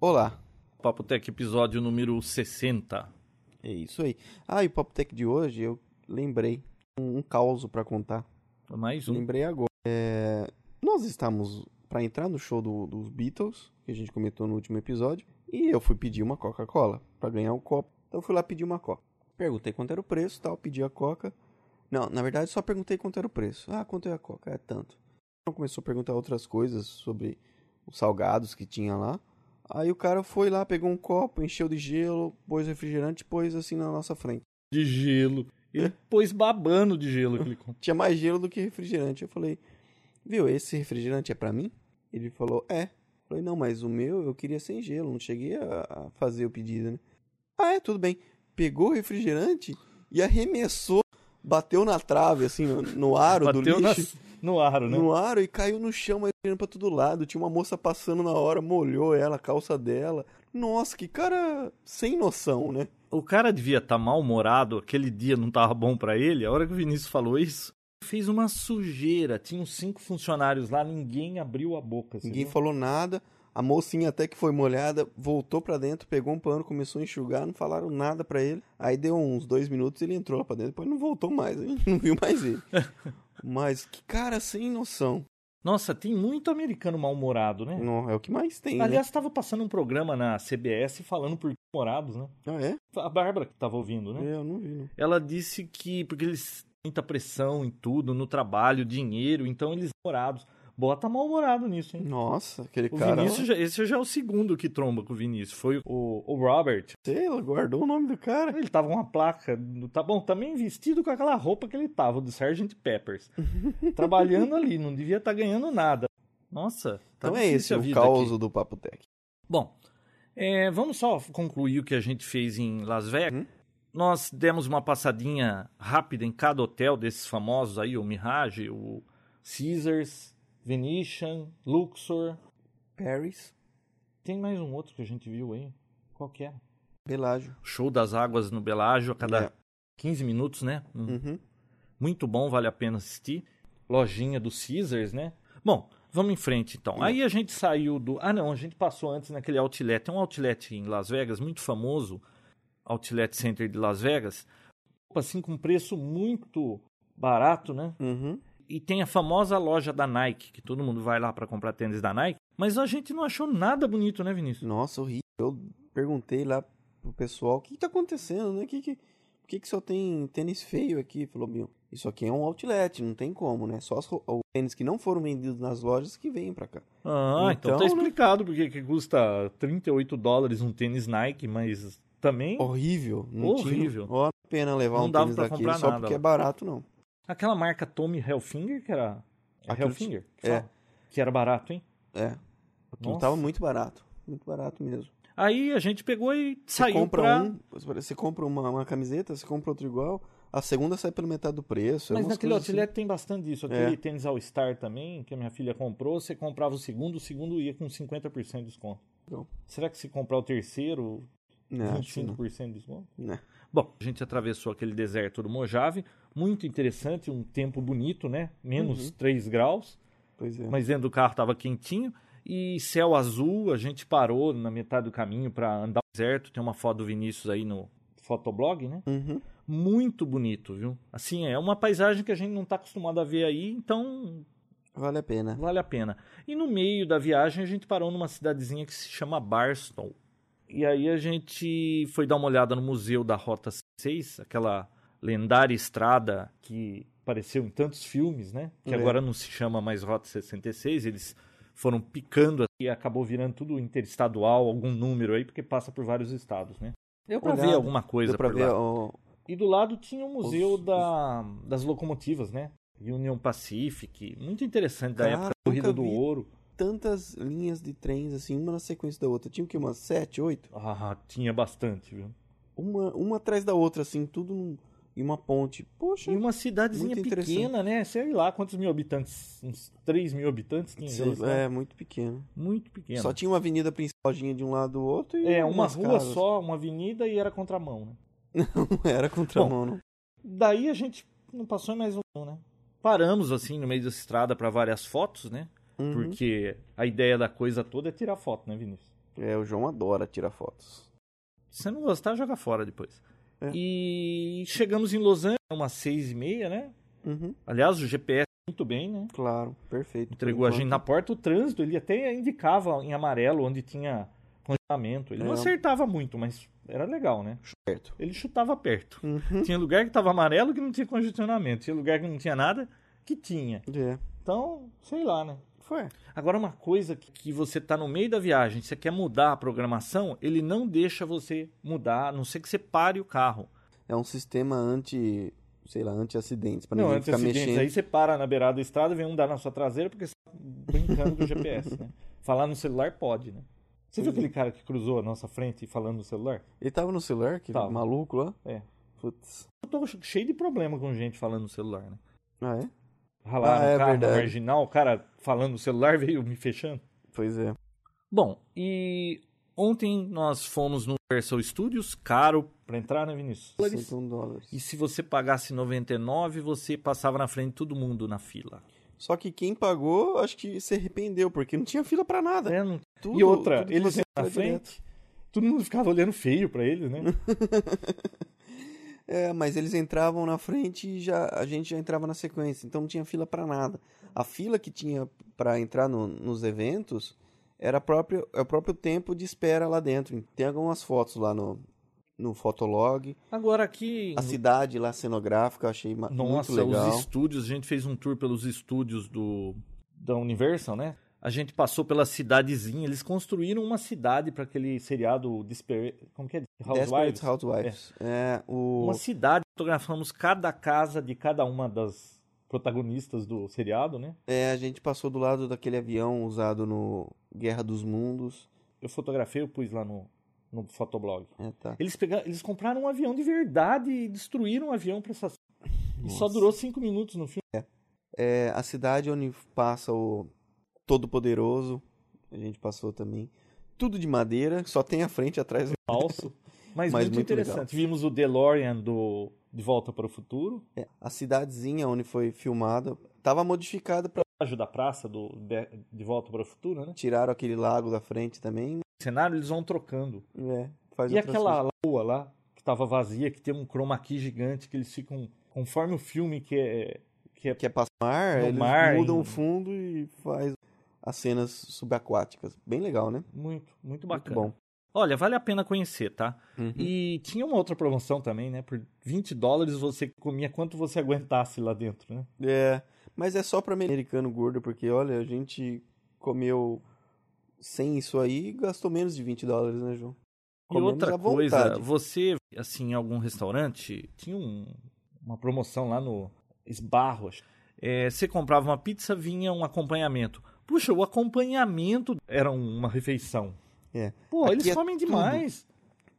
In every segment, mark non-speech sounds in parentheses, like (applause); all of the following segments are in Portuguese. Olá. Papo Tech, episódio número 60. É isso aí. Ah, e o Papo Tech de hoje, eu lembrei um, um caos para contar. Mais um. Lembrei agora. É, nós estamos para entrar no show do- dos Beatles, que a gente comentou no último episódio, e eu fui pedir uma Coca-Cola para ganhar o copo. Então eu fui lá pedir uma Coca. Perguntei quanto era o preço, tal, pedi a Coca. Não, na verdade só perguntei quanto era o preço. Ah, quanto é a Coca? É tanto. Então começou a perguntar outras coisas sobre os salgados que tinha lá. Aí o cara foi lá, pegou um copo, encheu de gelo, pôs refrigerante, pôs assim na nossa frente. De gelo. Ele pôs babando (laughs) de gelo aquele copo. tinha mais gelo do que refrigerante. Eu falei, viu, esse refrigerante é pra mim? Ele falou, é. Eu falei, não, mas o meu eu queria sem gelo, não cheguei a a fazer o pedido, né? Ah, é, tudo bem. Pegou o refrigerante e arremessou, bateu na trave, assim, no, no aro do Bateu lixo, nas- no aro, né? no aro e caiu no chão, mas virando pra todo lado. Tinha uma moça passando na hora, molhou ela, a calça dela. Nossa, que cara sem noção, né? O cara devia estar mal-humorado, aquele dia não tava bom pra ele. A hora que o Vinícius falou isso, fez uma sujeira. Tinham cinco funcionários lá, ninguém abriu a boca. você Ninguém viu? falou nada. A mocinha até que foi molhada, voltou pra dentro, pegou um pano, começou a enxugar, não falaram nada pra ele. Aí deu uns dois minutos, ele entrou lá pra dentro, depois não voltou mais, a gente (laughs) não viu mais (laughs) ele. Mas que cara sem noção. Nossa, tem muito americano mal-humorado, né? Não, é o que mais tem, né? Aliás, tava passando um programa na CBS falando por morados, né? Ah, é? A Bárbara que tava ouvindo, né? Eu não vi, não. Ela disse que porque eles têm muita pressão em tudo, no trabalho, dinheiro, então eles morados. Bota mal-humorado nisso, hein? Nossa, aquele O cara. Vinícius, já- esse já é o segundo que tromba com o Vinícius. Foi o, o Robert. Sei lá, guardou o nome do cara. Ele tava com uma placa, no- tá bom, também vestido com aquela roupa que ele tava, do Sgt. (laughs) Peppers. trabalhando ali, não devia estar ganhando nada. Nossa, tá Então é difícil esse a o vida caos aqui. do Papo Tech. Bom, é, vamos só concluir o que a gente fez em Las Vegas. Nós demos uma passadinha rápida em cada hotel desses famosos aí, o Mirage, o Caesars, Venetian, Luxor. Paris, Tem mais um outro que a gente viu aí. Qual que é? era? Belágio. Show das águas no Belágio a cada É. 15 minutos, né? Um Uhum. Muito bom, vale a pena assistir. Lojinha do Caesars, né? Bom, vamos em frente então. Aí a gente saiu do. Ah, não, a gente passou antes naquele outlet. Tem um outlet em Las Vegas muito famoso, Outlet Center de Las Vegas. Assim, com preço muito barato, né? Uhum. E tem a famosa loja da Nike, que todo mundo vai lá para comprar tênis da Nike. Mas a gente não achou nada bonito, né, Vinícius? Nossa, horrível. Eu perguntei lá pro pessoal o que, que tá acontecendo, né? Que, que, por que, que só tem tênis feio aqui? Falou, meu, isso aqui é um outlet, não tem como, né? Só os, os tênis que não foram vendidos nas lojas que vêm pra cá. Ah, então, Então, tá né? explicado porque que custa 38 dólares um tênis Nike, mas também. Horrível. Não Horrível. Tinha, ó, pena levar Não um dava tênis pra daquele comprar só nada porque lá. é barato, não. Aquela marca Tommy Hellfinger, que era. É Aquilo Hellfinger? Que, é. fala? que era barato, hein? É. Não Nossa. tava muito barato. Muito barato mesmo. Aí a gente pegou e Você saiu compra, pra... um, você compra uma, uma camiseta, você compra outra igual, a segunda sai pela metade do preço. é Mas umas naquele coisas assim. É. outlet tem bastante disso. Aquele tênis All Star também, que a minha filha comprou, você comprava o segundo, o segundo ia com 50% de desconto. Não. Será que se comprar o terceiro, Não, Então. É, acho que não. 25% de desconto? Não. Bom, a gente atravessou aquele deserto do Mojave, muito interessante, um tempo bonito, né? Uhum. Menos 3 graus. Pois é. mas dentro do carro estava quentinho e céu azul, a gente parou na metade do caminho para andar no deserto, tem uma foto do Vinícius aí no fotoblog, né? Uhum. Muito bonito, viu? Assim, é uma paisagem que a gente não está acostumado a ver aí, então Vale a pena. vale a pena. E no meio da viagem a gente parou numa cidadezinha que se chama Barstow. E aí a gente foi dar uma olhada no museu da Rota 6, aquela lendária estrada que apareceu em tantos filmes, né? Que É. agora não se chama mais Rota 66, eles foram picando assim e acabou virando tudo interestadual, algum número aí, porque passa por vários estados, né? Deu pra Olhada. ver alguma coisa Deu pra por ver lá. ó, E do lado tinha o museu Os- da, das locomotivas, né? Union Pacific, muito interessante da Cara, época da nunca é Corrida do vi. Ouro. tantas linhas de trens, assim, uma na sequência da outra. Tinha o que? Umas sete, oito? Ah, tinha bastante, viu? Uma, uma atrás da outra, assim, tudo num- em uma ponte. Poxa, E um uma cidadezinha Muito interessante. pequena, né? Sei lá quantos mil habitantes, uns 3 mil habitantes tinha. sei sei lá, lá. é muito pequeno. Muito pequena. Só tinha uma avenida principal de um lado do outro e. é, uma umas rua casas. só, uma avenida e era contramão, né? (laughs) Não era contramão, não. Daí a gente não passou em mais um, né? Paramos, assim, no meio da estrada para várias fotos, né? Uhum. Porque a ideia da coisa toda é tirar foto, né, Vinícius? É, o João adora tirar fotos. Se você não gostar, joga fora depois. É. E chegamos em Los Angeles, umas seis e meia, né? Uhum, Aliás, o GPS muito bem, né? claro, perfeito. por Entregou a gente na enquanto. porta. O trânsito, ele até indicava em amarelo onde tinha congelamento. Ele não É. acertava muito, mas era legal, né? Certo. Ele chutava perto. Uhum. Tinha lugar que tava amarelo que não tinha congestionamento. Tinha lugar que não tinha nada que tinha. É. Então, sei lá, né? Foi. Agora, uma coisa que que você tá no meio da viagem, você quer mudar a programação, ele não deixa você mudar, a não ser que você pare o carro. É um sistema anti, sei lá, anti-acidentes, pra não, é ninguém antes assim, ficar mexendo. aí você para na beirada da estrada, vem um dar na sua traseira, porque você tá brincando com o GPS, (laughs) né? Falar no celular pode, né? Você viu aquele cara que cruzou a nossa frente falando no celular? Ele tava no celular, que Tava. maluco lá? É. Putz. Eu tô cheio de problema com gente falando no celular, né? Ah, é? Ralaram Ah, é o carro verdade. na marginal, o cara falando no celular (laughs) veio me fechando. Pois é. Bom, e ontem nós fomos no Universal Studios, caro pra entrar, né, Vinícius? 61 dólares. E se você pagasse 99, você passava na frente de todo mundo na fila. Só que quem pagou, acho que se arrependeu, porque não tinha fila pra nada. É, não- Tudo- e outra, tudo que eles você na entra direto. frente, todo mundo ficava olhando feio pra eles, né? É, mas eles entravam na frente e já a gente já entrava na sequência, então não tinha fila pra nada. A fila que tinha pra entrar no- nos eventos era a própria, é o próprio tempo de espera lá dentro. Tem algumas fotos lá no, no Fotolog. (laughs) Agora aqui, A cidade lá cenográfica eu achei ma- nossa, Assim, muito legal. os estúdios, a gente fez um tour pelos estúdios do da Universal, né? A gente passou pela cidadezinha, eles construíram uma cidade pra aquele seriado Desper... como que é? Housewives. Desperate Housewives. É, o... Uma cidade, fotografamos cada casa de cada uma das protagonistas do seriado, né? é, a gente passou do lado daquele avião usado no Guerra dos Mundos. Eu fotografei, eu pus lá no, no fotoblog. É, tá. Eles, pegaram, eles compraram um avião de verdade e destruíram o avião pra essa. E só durou cinco minutos no filme. É, a cidade onde passa o Todo-Poderoso, a gente passou também. Tudo de madeira, só tem a frente e atrás. Falso. (laughs) Mas, Mas muito, muito interessante. Vimos o DeLorean do De Volta para o Futuro. É, a cidadezinha onde foi filmada estava modificada para Ajo da praça do De, de Volta para o Futuro, né? tirar aquele lago da frente também. O cenário eles vão trocando. É, faz e outras coisas. aquela lagoa lá, que tava vazia, que tem um chroma key gigante, que eles ficam. Conforme o filme que é. Que é que é passar mar, No eles mar, mudam em- o fundo e faz as cenas subaquáticas. Bem legal, né? muito, muito Muito bacana. bom. Olha, vale a pena conhecer, tá? Uhum. E tinha uma outra promoção também, né? Por 20 dólares você comia quanto você aguentasse lá dentro, né? É, mas é só pra americano gordo, porque olha, a gente comeu sem isso aí e gastou menos de 20 dólares, né, João? E Comemos outra à vontade. coisa, você, assim, em algum restaurante, tinha um- uma promoção lá no Esbarro, acho. É, você comprava uma pizza, vinha um acompanhamento. Puxa, o acompanhamento era um, uma refeição. É. Pô, Aqui eles é comem tudo. demais.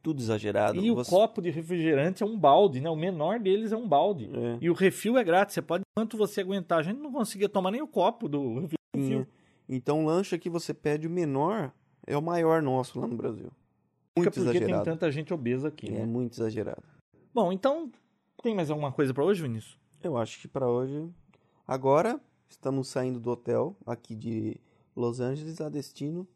Tudo exagerado. E o Você- copo de refrigerante é um balde, né? O menor deles é um balde. É. E o refil é grátis, você pode quanto você aguentar. A gente não conseguia tomar nem o copo do (laughs) refil. Sim. Então o lanche que você pede, o menor, é o maior nosso lá no Brasil. Porque Muito exagerado. tem tanta gente obesa aqui, É né? muito exagerado. Bom, então, tem mais alguma coisa pra hoje, Vinícius? Eu acho que pra hoje... Agora, estamos saindo do hotel aqui de Los Angeles a destino...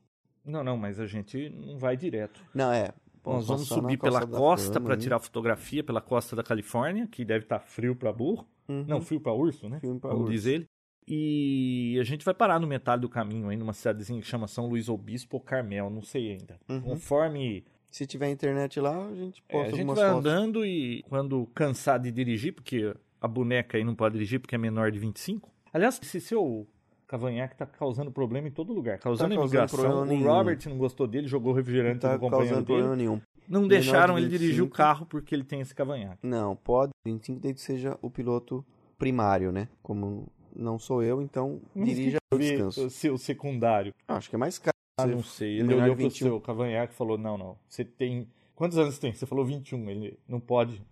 Não, não, mas a gente não vai direto. Não, é... Nós vamos passar na subir pela da costa Fama, pra né? tirar fotografia pela costa da Califórnia, que deve estar frio pra burro. Uhum. Não, frio pra urso, né? Filme pra Como urso. diz ele. E a gente vai parar no metade do caminho aí, numa cidadezinha que chama São Luís Obispo ou Carmel, não sei ainda. Uhum. Conforme Se tiver internet lá, a gente É, posta a gente algumas vai fotos. andando e quando cansar de dirigir, porque a boneca aí não pode dirigir porque é menor de 25. Aliás, esse seu cavanhaque tá causando problema em todo lugar, Tá causando Tá causando imigração. problema O nenhum. Robert não gostou dele, jogou refrigerante Não tá no companheiro causando dele. problema nenhum. Não de deixaram ele dirigir o 25. carro porque ele tem esse cavanhaque. Não, pode 25 desde que seja o piloto primário, né? Como não sou eu, (laughs) então dirija o Vê descanso. o seu secundário. Ah, acho que é mais caro. Ah, Você não sei. Ele menor de olhou pro 21. seu cavanhaque e falou: Não, não. Você tem. Quantos anos você tem? Você falou 21. Ele não pode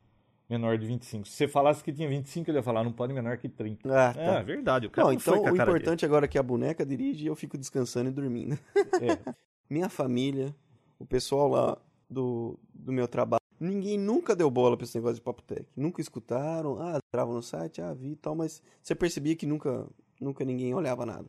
menor de 25. Se você falasse que tinha 25, ele ia falar: Não pode menor que 30. Ah, É, tá. verdade. O cara não, não, então foi com a o cara importante agora é que a boneca dirige e eu fico descansando e dormindo. dele. É. (laughs) Minha família, o pessoal lá do, do meu trabalho, ninguém nunca deu bola pra esse negócio de Papotec. Nunca escutaram, ah, entravam no site, ah, vi e tal, mas você percebia que nunca, nunca ninguém olhava nada.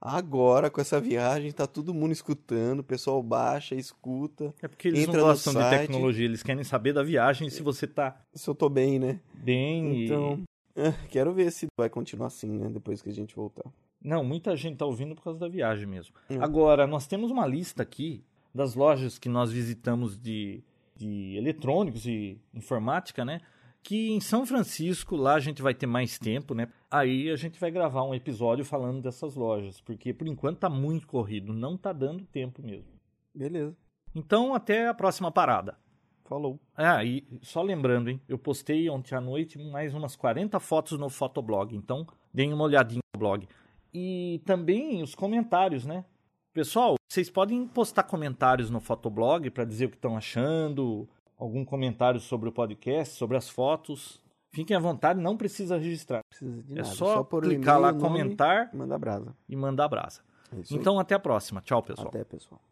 Agora, com essa viagem, tá todo mundo escutando, o pessoal baixa, escuta. É porque eles Entra não no gostam de site. tecnologia, eles querem saber da viagem se você tá Se eu tô bem, né? bem. e- Então, (laughs) ah, quero ver se vai continuar assim, né? Depois que a gente voltar. Não, muita gente tá ouvindo por causa da viagem mesmo. Hum. Agora, nós temos uma lista aqui das lojas que nós visitamos de, de eletrônicos e informática, né? Que em São Francisco, lá a gente vai ter mais tempo, né? Aí a gente vai gravar um episódio falando dessas lojas, porque por enquanto tá muito corrido, não tá dando tempo mesmo. Beleza. Então, até a próxima parada. Falou. Ah, e só lembrando, hein? Eu postei ontem à noite mais umas 40 fotos no Fotoblog, então deem uma olhadinha no blog. E também os comentários, né? Pessoal, vocês podem postar comentários no Fotoblog para dizer o que estão achando, algum comentário sobre o podcast, sobre as fotos. Fiquem à vontade, não precisa registrar. Precisa de É nada. só, pôr o clicar e-mail, lá, o nome comentar Então, E mandar brasa. e mandar abraça. É isso aí. Então até a próxima. Tchau, pessoal. Até, pessoal.